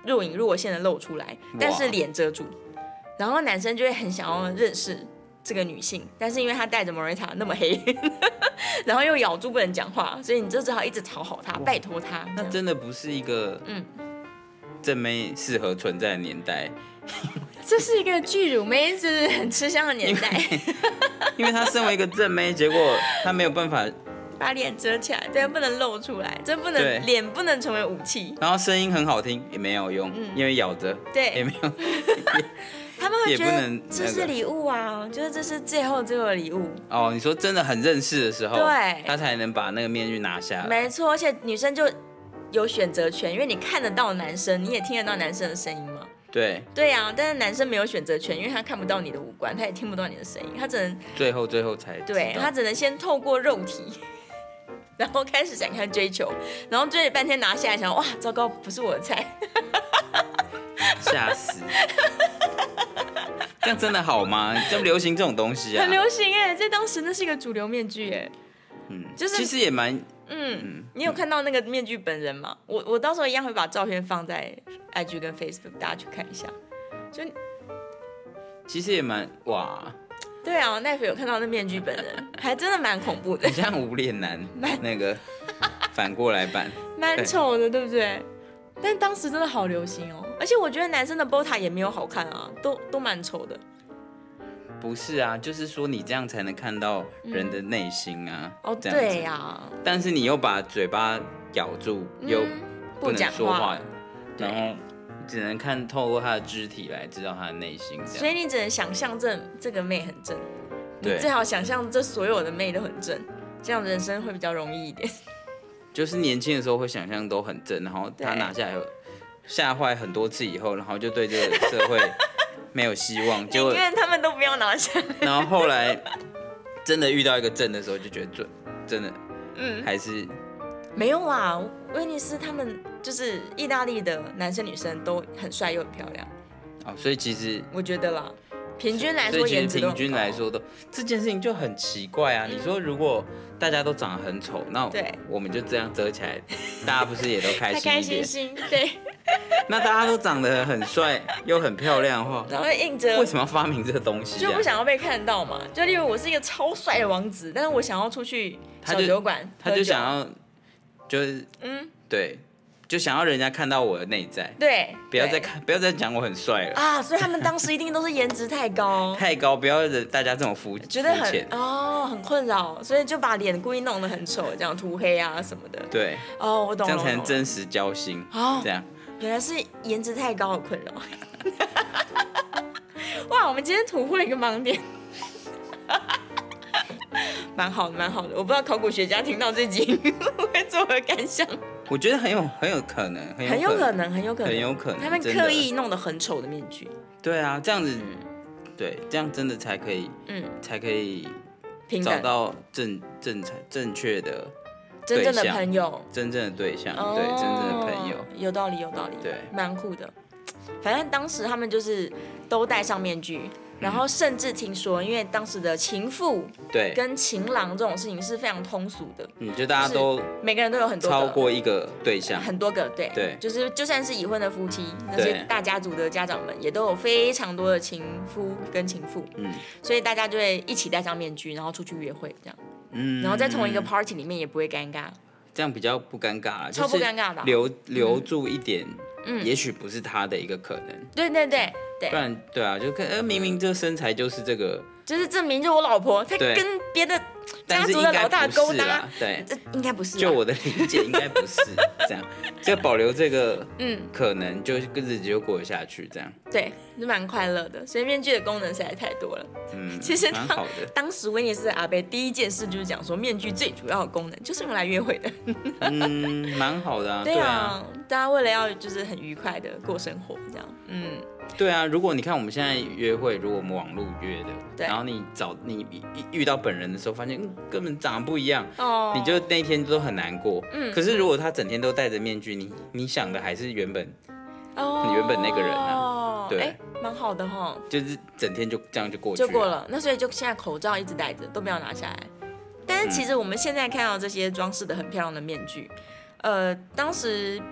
Speaker 1: 若隐若现的露出来，但是脸遮住。然后男生就会很想要认识这个女性，但是因为她戴着 Morita 那么黑， [laughs] 然后又咬住不能讲话，所以你就只好一直讨好她，拜托她。
Speaker 2: 那
Speaker 1: 这样
Speaker 2: 真的不是一个
Speaker 1: 嗯
Speaker 2: 正妹适合存在的年代，
Speaker 1: 这是一个巨乳妹，就是很吃香的年代，
Speaker 2: 因为她身为一个正妹，结果她没有办法，
Speaker 1: [laughs] 把脸遮起来，对，不能露出来，真不
Speaker 2: 对
Speaker 1: 能脸不能成为武器。
Speaker 2: 然后声音很好听也没有用，因为咬着也
Speaker 1: 嗯对
Speaker 2: 没有
Speaker 1: 他们会
Speaker 2: 也
Speaker 1: 觉
Speaker 2: 不
Speaker 1: 得
Speaker 2: 能
Speaker 1: 这
Speaker 2: 那
Speaker 1: 是
Speaker 2: 个
Speaker 1: 礼物啊，就是这是最后最后的礼物。
Speaker 2: 哦。你说真的很认识的时候，
Speaker 1: 对
Speaker 2: 她才能把那个面具拿下来。
Speaker 1: 没错，而且女生就有选择权，因为你看得到男生，你也听得到男生的声音嘛。
Speaker 2: 对，
Speaker 1: 对呀、但是男生没有选择权，因为他看不到你的五官，他也听不到你的声音，他只能
Speaker 2: 最后最后才知
Speaker 1: 对
Speaker 2: 道
Speaker 1: 他只能先透过肉体，然后开始展开追求，然后追了半天拿下来，想哇，糟糕，不是我的菜。
Speaker 2: 吓死。这样真的好吗？这么流行这种东西啊
Speaker 1: 很？流行哎，在当时那是一个主流面具哎，
Speaker 2: 嗯，
Speaker 1: 就是
Speaker 2: 其实也蛮
Speaker 1: 嗯，你有看到那个面具本人吗？我我到时候一样会把照片放在 IG 跟 Facebook，大家去看一下。就
Speaker 2: 其实也蛮哇，
Speaker 1: 对啊，奈飞有看到那面具本人，还真的蛮恐怖的
Speaker 2: 很，像无脸男
Speaker 1: 蛮
Speaker 2: 那个反过来版，
Speaker 1: [laughs] 蛮丑的，对不对？但当时真的好流行哦，而且我觉得男生的 BOTA 也没有好看啊，都都蛮丑的。
Speaker 2: 不是啊，就是说你这样才能看到人的内心啊。
Speaker 1: 哦，
Speaker 2: 这样子
Speaker 1: 对呀、
Speaker 2: 但是你又把嘴巴咬住，又
Speaker 1: 嗯不
Speaker 2: 能
Speaker 1: 讲
Speaker 2: 说话，
Speaker 1: 对
Speaker 2: 然后只能看透过他的肢体来知道他的内心，这
Speaker 1: 所以
Speaker 2: 样
Speaker 1: 你只能想象这这个妹很正，你
Speaker 2: 对
Speaker 1: 最好想象这所有的妹都很正，这样人生会比较容易一点。
Speaker 2: 就是年轻的时候会想象都很正，然后他
Speaker 1: 对
Speaker 2: 拿下来有吓坏很多次以后，然后就对这个社会没有希
Speaker 1: [laughs]
Speaker 2: 望，结
Speaker 1: 宁
Speaker 2: 果
Speaker 1: 愿他们都不要拿下。
Speaker 2: 然后后来真的遇到一个正的时候，就觉得准，真的
Speaker 1: 嗯，
Speaker 2: 还是
Speaker 1: 没有啦，威尼斯他们就是意大利的男生女生都很帅又很漂亮，
Speaker 2: 哦，所以其实。
Speaker 1: 我觉得啦，平均来
Speaker 2: 所以
Speaker 1: 说
Speaker 2: 其
Speaker 1: 颜
Speaker 2: 实
Speaker 1: 值都
Speaker 2: 平
Speaker 1: 很
Speaker 2: 均
Speaker 1: 高
Speaker 2: 来说都这件事情就很奇怪啊！你说如果大家都长得很丑，那
Speaker 1: 嗯对
Speaker 2: 我们就这样遮起来，
Speaker 1: [laughs]
Speaker 2: 大家不是也都开
Speaker 1: 开
Speaker 2: 心
Speaker 1: 开
Speaker 2: 一
Speaker 1: 心
Speaker 2: 点？
Speaker 1: 心，
Speaker 2: [laughs]
Speaker 1: 对，
Speaker 2: 那大家都长得很帅又很漂亮的
Speaker 1: [laughs]
Speaker 2: 话，
Speaker 1: 然后硬着
Speaker 2: 为什么要发明这个东西、啊？
Speaker 1: 就不想要被看到嘛。就例如我是一个超帅的王子，但是我想要出去
Speaker 2: 他
Speaker 1: 小
Speaker 2: 就
Speaker 1: 酒馆
Speaker 2: 他
Speaker 1: 喝
Speaker 2: 就
Speaker 1: 酒
Speaker 2: 想要，就是
Speaker 1: 嗯，
Speaker 2: 对，就想要人家看到我的内在，
Speaker 1: 对，
Speaker 2: 不要
Speaker 1: 对
Speaker 2: 再看，不要再讲我很帅了，
Speaker 1: 啊，所以他们当时一定都是颜值太高。
Speaker 2: [laughs] 太高，不要惹大家这种肤肤
Speaker 1: 觉得很
Speaker 2: 浅。
Speaker 1: 哦，很困扰，所以就把脸故意弄得很丑，这样涂黑啊什么的。
Speaker 2: 对，
Speaker 1: 哦，我懂
Speaker 2: 这
Speaker 1: 了，
Speaker 2: 样才
Speaker 1: 我懂
Speaker 2: 能
Speaker 1: 了
Speaker 2: 真实交心。
Speaker 1: 哦
Speaker 2: 这，样，
Speaker 1: 原来是颜值太高的困扰。哇，我们今天突破一个盲点， [laughs] 蛮好的，蛮好的。我不知道考古学家听到这集 [laughs] 会作何感想，
Speaker 2: 我觉得很有很有可能，
Speaker 1: 很
Speaker 2: 很
Speaker 1: 有
Speaker 2: 有
Speaker 1: 可。能，很有可能，
Speaker 2: 很有可能
Speaker 1: 他们
Speaker 2: 真的
Speaker 1: 刻意弄得很丑的面具，
Speaker 2: 对啊，这样子，对，这样真的才可以
Speaker 1: 嗯，
Speaker 2: 才可以
Speaker 1: 平
Speaker 2: 找
Speaker 1: 等，
Speaker 2: 到正正常正确的
Speaker 1: 真正的
Speaker 2: 对象
Speaker 1: 朋友，
Speaker 2: 真正的对象，
Speaker 1: 哦
Speaker 2: 对，真正的朋友。，
Speaker 1: 有道理，有道理，
Speaker 2: 对
Speaker 1: 蛮酷的。反正当时他们就是都戴上面具，然
Speaker 2: 嗯
Speaker 1: 后甚至听说，因为当时的情妇
Speaker 2: 对，
Speaker 1: 跟情郎这种事情是非常通俗的，
Speaker 2: 你就大家都
Speaker 1: 每个人都有很多个
Speaker 2: 超过一个对象，
Speaker 1: 很多个，对
Speaker 2: 对
Speaker 1: 就是就算是已婚的夫妻，那
Speaker 2: 对
Speaker 1: 些大家族的家长们也都有非常多的情夫跟情妇，
Speaker 2: 嗯
Speaker 1: 所以大家就会一起戴上面具，然后出去约会这样，
Speaker 2: 嗯，
Speaker 1: 然后在同一个 party 里面也不会尴尬，
Speaker 2: 这样比较不尴尬，
Speaker 1: 超不尴尬的啊
Speaker 2: 就是留留住一点，也许不是他的一个可能，
Speaker 1: 对对对
Speaker 2: 不
Speaker 1: 对，
Speaker 2: 然对啊，就看呃明明这身材就是这个，
Speaker 1: 就是证明就我老婆，她
Speaker 2: 对
Speaker 1: 跟别的
Speaker 2: 但
Speaker 1: 家
Speaker 2: 是
Speaker 1: 族
Speaker 2: 应
Speaker 1: 的
Speaker 2: 该
Speaker 1: 老大
Speaker 2: 不
Speaker 1: 勾
Speaker 2: 是
Speaker 1: 搭
Speaker 2: 啦，，对，
Speaker 1: 这应该不是吧，啊
Speaker 2: 就我的理解应该不是这样，就保留这个
Speaker 1: 嗯
Speaker 2: 可能，就跟日子就过得下去这样，
Speaker 1: 对，是蛮快乐的，所以面具的功能实在太多了。
Speaker 2: 嗯，
Speaker 1: 其实
Speaker 2: 蛮
Speaker 1: 当
Speaker 2: 好
Speaker 1: [laughs]
Speaker 2: 的，
Speaker 1: 当时威尼斯的阿贝第一件事就是讲说，面具最主要的功能就是用来约会的。
Speaker 2: 嗯，蛮好的啊，
Speaker 1: 对
Speaker 2: 对啊，
Speaker 1: 啊，大家为了要就是很愉快的过生活，这样，嗯，
Speaker 2: 对啊，如果你看我们现在约会，如果我们网络约的，
Speaker 1: 对
Speaker 2: 然后你找你一遇到本人的时候，发现、嗯、根本长得不一样，
Speaker 1: 哦，
Speaker 2: 你就那一天都很难过。嗯，可是如果他整天都戴着面具，你你想的还是原本
Speaker 1: 哦
Speaker 2: 你原本那个人
Speaker 1: 啊
Speaker 2: 对
Speaker 1: 哎，蛮好的哈，
Speaker 2: 就是整天就这样就过去
Speaker 1: 就过。了。那所以就现在口罩一直戴着，都不要拿下来。但是其实我们现在看到这些装饰的很漂亮的面具，呃，当时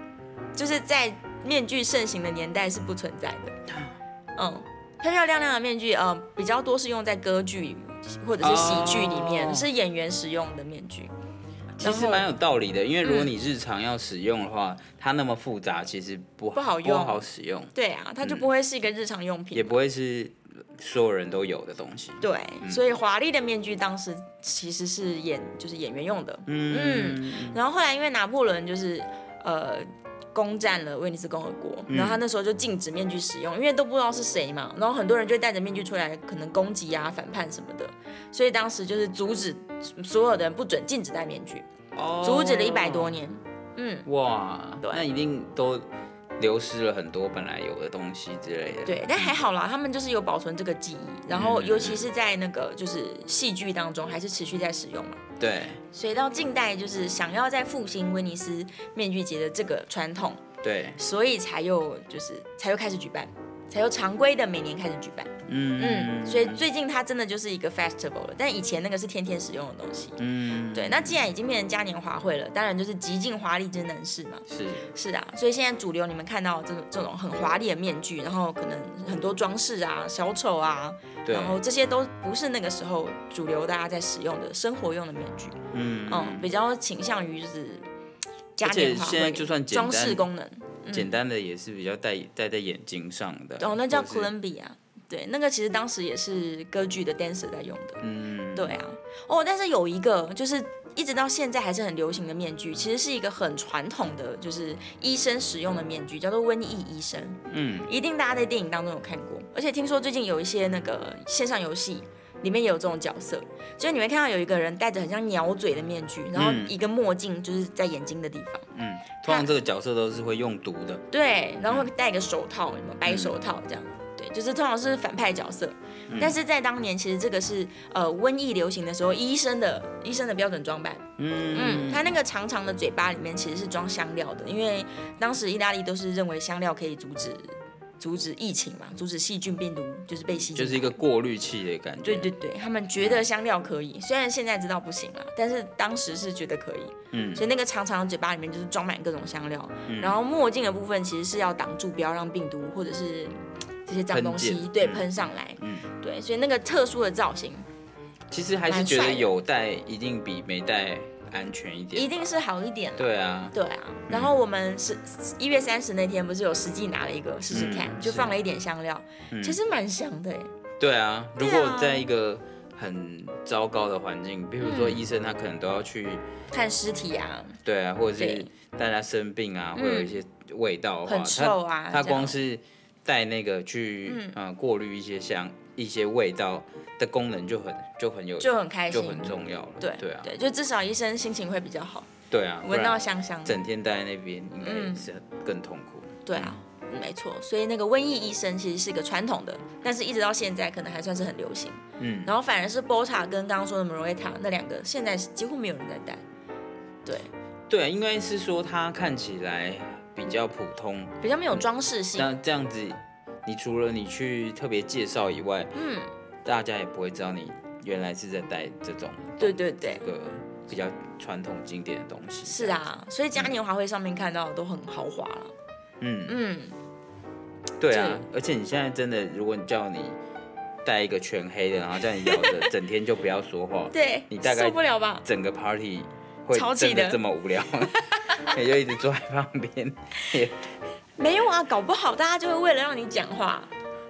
Speaker 1: 就是在面具盛行的年代是不存在的。嗯，漂漂亮亮的面具，呃，比较多是用在歌剧或者是喜剧里面
Speaker 2: 哦
Speaker 1: 是演员使用的面具。
Speaker 2: 其实
Speaker 1: 然后嗯
Speaker 2: 蛮有道理的，因为如果你日常要使用的话，它那么复杂，其实不
Speaker 1: 不好用
Speaker 2: 不好使用，
Speaker 1: 对啊，它就
Speaker 2: 嗯
Speaker 1: 不会是一个日常用品。
Speaker 2: 也不会是所有人都有的东西。
Speaker 1: 对，所以华丽的面具当时其实是演就是演员用的，
Speaker 2: 嗯，
Speaker 1: 然后后来因为拿破仑就是呃攻占了威尼斯共和国，
Speaker 2: 嗯
Speaker 1: 然后他那时候就禁止面具使用，因为都不知道是谁嘛，然后很多人就戴着面具出来，可能攻击啊、反叛什么的，所以当时就是阻止所有的人不准禁止戴面具，
Speaker 2: 哦
Speaker 1: 阻止了一百多。年。嗯，
Speaker 2: 哇，
Speaker 1: 对
Speaker 2: 那一定都流失了很多本来有的东西之类的。
Speaker 1: 对，但还好啦，他们就是有保存这个记忆，然
Speaker 2: 嗯
Speaker 1: 后尤其是在那个就是戏剧当中，还是持续在使用嘛。
Speaker 2: 对
Speaker 1: 所以到近代就是想要再复兴威尼斯面具节的这个传统，
Speaker 2: 对，
Speaker 1: 所以才又就是才又开始举办，才又常规的每年开始举办。
Speaker 2: 嗯
Speaker 1: 嗯，所以最近它真的就是一个 festival 了，但以前那个是天天使用的东西。
Speaker 2: 嗯
Speaker 1: 对，那既然已经变成嘉年华会了，当然就是极尽华丽之能事嘛。
Speaker 2: 是
Speaker 1: 是啊，所以现在主流你们看到这种这种很华丽的面具，然后可能很多装饰啊、小丑啊，
Speaker 2: 对，
Speaker 1: 然后这些都不是那个时候主流大家在使用的生活用的面具。
Speaker 2: 嗯
Speaker 1: 嗯，比较倾向于就是嘉
Speaker 2: 而且
Speaker 1: 年华
Speaker 2: 现在
Speaker 1: 会
Speaker 2: 就算简
Speaker 1: 装饰
Speaker 2: 单
Speaker 1: 功能，
Speaker 2: 简单的也是比较戴戴在眼睛上的。
Speaker 1: 嗯哦，那叫
Speaker 2: 或是
Speaker 1: Columbia，对，那个其实当时也是歌剧的 dancer 在用的，
Speaker 2: 嗯，
Speaker 1: 对啊，哦，但是有一个就是一直到现在还是很流行的面具，其实是一个很传统的，就是医生使用的面具，叫做瘟疫医生，
Speaker 2: 嗯，
Speaker 1: 一定大家在电影当中有看过，而且听说最近有一些那个线上游戏。里面也有这种角色，就是你会看到有一个人戴着很像鸟嘴的面具，然后
Speaker 2: 嗯
Speaker 1: 一个墨镜，就是在眼睛的地方。
Speaker 2: 嗯，通常这个角色都是会用毒的。
Speaker 1: 对，然后会戴一个手套，有没有白手套这样？对，就是通常是反派角色，
Speaker 2: 嗯
Speaker 1: 但是在当年其实这个是呃瘟疫流行的时候，医生的医生的标准装扮。
Speaker 2: 嗯
Speaker 1: 嗯，他那个长长的嘴巴里面其实是装香料的，因为当时意大利都是认为香料可以阻止阻止疫情嘛，阻止细菌病毒就是被吸进来。
Speaker 2: 就是一个过滤器的感觉。
Speaker 1: 对对对，他们觉得香料可以，虽然现在知道不行了，啊但是当时是觉得可以。
Speaker 2: 嗯
Speaker 1: 所以那个长长的嘴巴里面就是装满各种香料，然后墨镜的部分其实是要挡住，不要让病毒或者是嗯这些脏东
Speaker 2: 喷
Speaker 1: 西
Speaker 2: 溅
Speaker 1: 对
Speaker 2: 嗯
Speaker 1: 喷上来。
Speaker 2: 嗯
Speaker 1: 对，所以那个特殊的造型
Speaker 2: 其实还是
Speaker 1: 蛮
Speaker 2: 觉得
Speaker 1: 帅的
Speaker 2: 有戴一定比没戴安全一点。
Speaker 1: 一定是好一点了。
Speaker 2: 对啊，
Speaker 1: 对啊，然后我们是一月三十那天，不是有实际拿了一个试试看，
Speaker 2: 嗯
Speaker 1: 就是放了一点香料，其实蛮香的哎。
Speaker 2: 对啊。如
Speaker 1: 啊
Speaker 2: 果在一个很糟糕的环境，比如说
Speaker 1: 嗯
Speaker 2: 医生他可能都要去，
Speaker 1: 看尸体啊，
Speaker 2: 对啊，或者是
Speaker 1: 对
Speaker 2: 大家生病啊，会有一些味道的话，
Speaker 1: 很臭啊
Speaker 2: 他他
Speaker 1: 这样嗯
Speaker 2: 光是带那个去呃过滤一些香一些味道的功能就很就很有
Speaker 1: 就很开
Speaker 2: 就
Speaker 1: 心。
Speaker 2: 很重要了。
Speaker 1: 对
Speaker 2: 对啊，
Speaker 1: 就至少医生心情会比较好，
Speaker 2: 对啊，不
Speaker 1: 闻到嗯
Speaker 2: 然
Speaker 1: 香香的。
Speaker 2: 整天待在那边应该是更痛苦。
Speaker 1: 对啊，
Speaker 2: 嗯
Speaker 1: 没错。所以那个瘟疫医生其实是一个传统的，但是一直到现在可能还算是很流行。
Speaker 2: 嗯，
Speaker 1: 然后反而是 Bota 跟刚刚说的 Moreta 那两个，现在是几乎没有人在戴。对，
Speaker 2: 对，应该是说它看起来比较普通。
Speaker 1: 比较没有装饰性。
Speaker 2: 那这样子，你除了你去特别介绍以外，
Speaker 1: 嗯，
Speaker 2: 大家也不会知道你原来是在带这种
Speaker 1: 对对对
Speaker 2: 这，个比较传统经典的东西。
Speaker 1: 是，啊。所以嘉年华会上面看到的都很豪华了。
Speaker 2: 嗯，
Speaker 1: 嗯，
Speaker 2: 对啊
Speaker 1: 这。
Speaker 2: 而且你现在真的，如果你叫你带一个全黑的，然后叫你咬着，
Speaker 1: [laughs]
Speaker 2: 整天就不要说话，
Speaker 1: 对，
Speaker 2: 你大概
Speaker 1: 受不了吧？
Speaker 2: 整个 party 会
Speaker 1: 超级
Speaker 2: 真的
Speaker 1: 的
Speaker 2: 这么
Speaker 1: [laughs]
Speaker 2: 无聊，你就一直坐在旁边。
Speaker 1: 没有啊，搞不好大家就会为了让你讲话。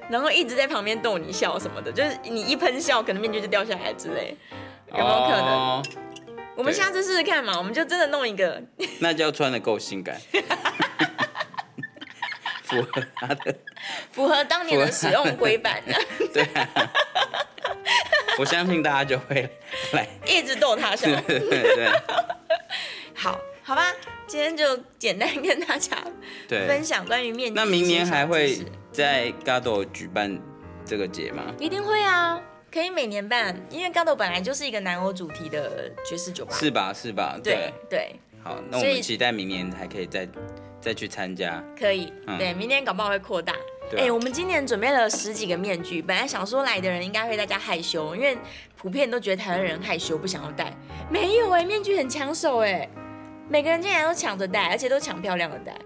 Speaker 1: 然后一直在旁边逗你笑什么的，就是你一喷笑，可能面具就掉下来之类。 [laughs] 有没有可能
Speaker 2: 哦
Speaker 1: 我们
Speaker 2: 对
Speaker 1: 下次试试看嘛，我们就真的弄一个
Speaker 2: 那就要穿的够性感，符合他的。
Speaker 1: [laughs] 符合当年的使用规范，
Speaker 2: [laughs] 对啊，我相信大家就会来。
Speaker 1: 一直逗他笑。
Speaker 2: 对对对，
Speaker 1: 好，好吧，今天就简单跟大家分
Speaker 2: 对，
Speaker 1: 享关于面积。
Speaker 2: 那明年还会在 Gado 举办这个节吗？
Speaker 1: 一定会啊，可以每年办，因为高斗本来就是一个南欧主题的爵士酒吧。
Speaker 2: 是吧？是吧？
Speaker 1: 对对，
Speaker 2: 好，那我
Speaker 1: 所以
Speaker 2: 们期待明年还可以再再去参加。
Speaker 1: 可以，
Speaker 2: 嗯
Speaker 1: 对，明年搞不好会扩大。
Speaker 2: 对
Speaker 1: 哎、
Speaker 2: 啊
Speaker 1: 我们今年准备了十几个面具，本来想说来的人应该会大家害羞，因为普遍都觉得台湾人害羞不想要戴，没有哎、面具很抢手哎、每个人竟然都抢着戴，而且都抢漂亮的戴。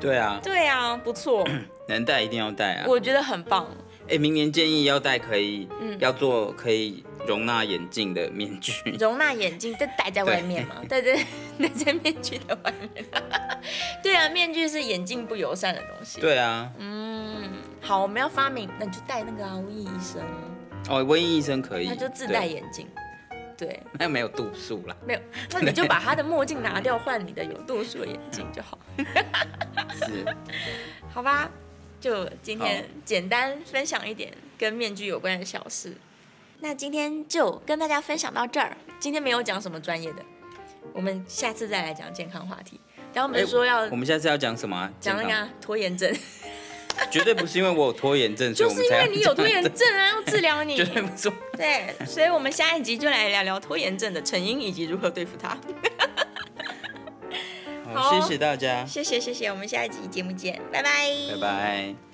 Speaker 2: 对啊，
Speaker 1: 对啊，不错，
Speaker 2: 能带一定要带啊。
Speaker 1: 我觉得很棒。
Speaker 2: 哎、明年建议要戴可以，
Speaker 1: 嗯
Speaker 2: 要做可以容纳眼镜的面具。
Speaker 1: 容纳眼镜，但戴在外面嘛，戴在 [laughs] 戴在面具的外面。 [laughs] 对啊，面具是眼镜不友善的东西。
Speaker 2: 对啊，
Speaker 1: 嗯，好，我们要发明，那你就戴那个啊，瘟疫医生，
Speaker 2: 哦，瘟疫医生可以，
Speaker 1: 他就自带
Speaker 2: 对，
Speaker 1: 眼镜。对，
Speaker 2: 那没有度数啦，
Speaker 1: 没有，那你就把他的墨镜拿掉，换你的有度数的眼镜就
Speaker 2: [laughs]
Speaker 1: 好， [laughs]
Speaker 2: 是，
Speaker 1: 好吧？就今天
Speaker 2: 好
Speaker 1: 简单分享一点跟面具有关的小事。那今天就跟大家分享到这儿，今天没有讲什么专业的，我们下次再来讲健康话题。然后我们说要
Speaker 2: 哎我们下次要讲什么、啊？
Speaker 1: 讲那个
Speaker 2: 健
Speaker 1: 啊拖延症，
Speaker 2: 康，绝对不是因为我有拖延症，所以
Speaker 1: 就
Speaker 2: 我
Speaker 1: 是因
Speaker 2: 们才
Speaker 1: 为
Speaker 2: 要
Speaker 1: 你有拖
Speaker 2: [laughs]
Speaker 1: 延症啊，要治疗你
Speaker 2: 绝。 [laughs] 对不是我。
Speaker 1: 对，所以我们下一集就来聊聊拖延症的成因以及如何对付它。好
Speaker 2: 好，谢谢大家，
Speaker 1: [laughs] 谢谢谢谢，我们下一集节目见，拜拜，
Speaker 2: 拜拜。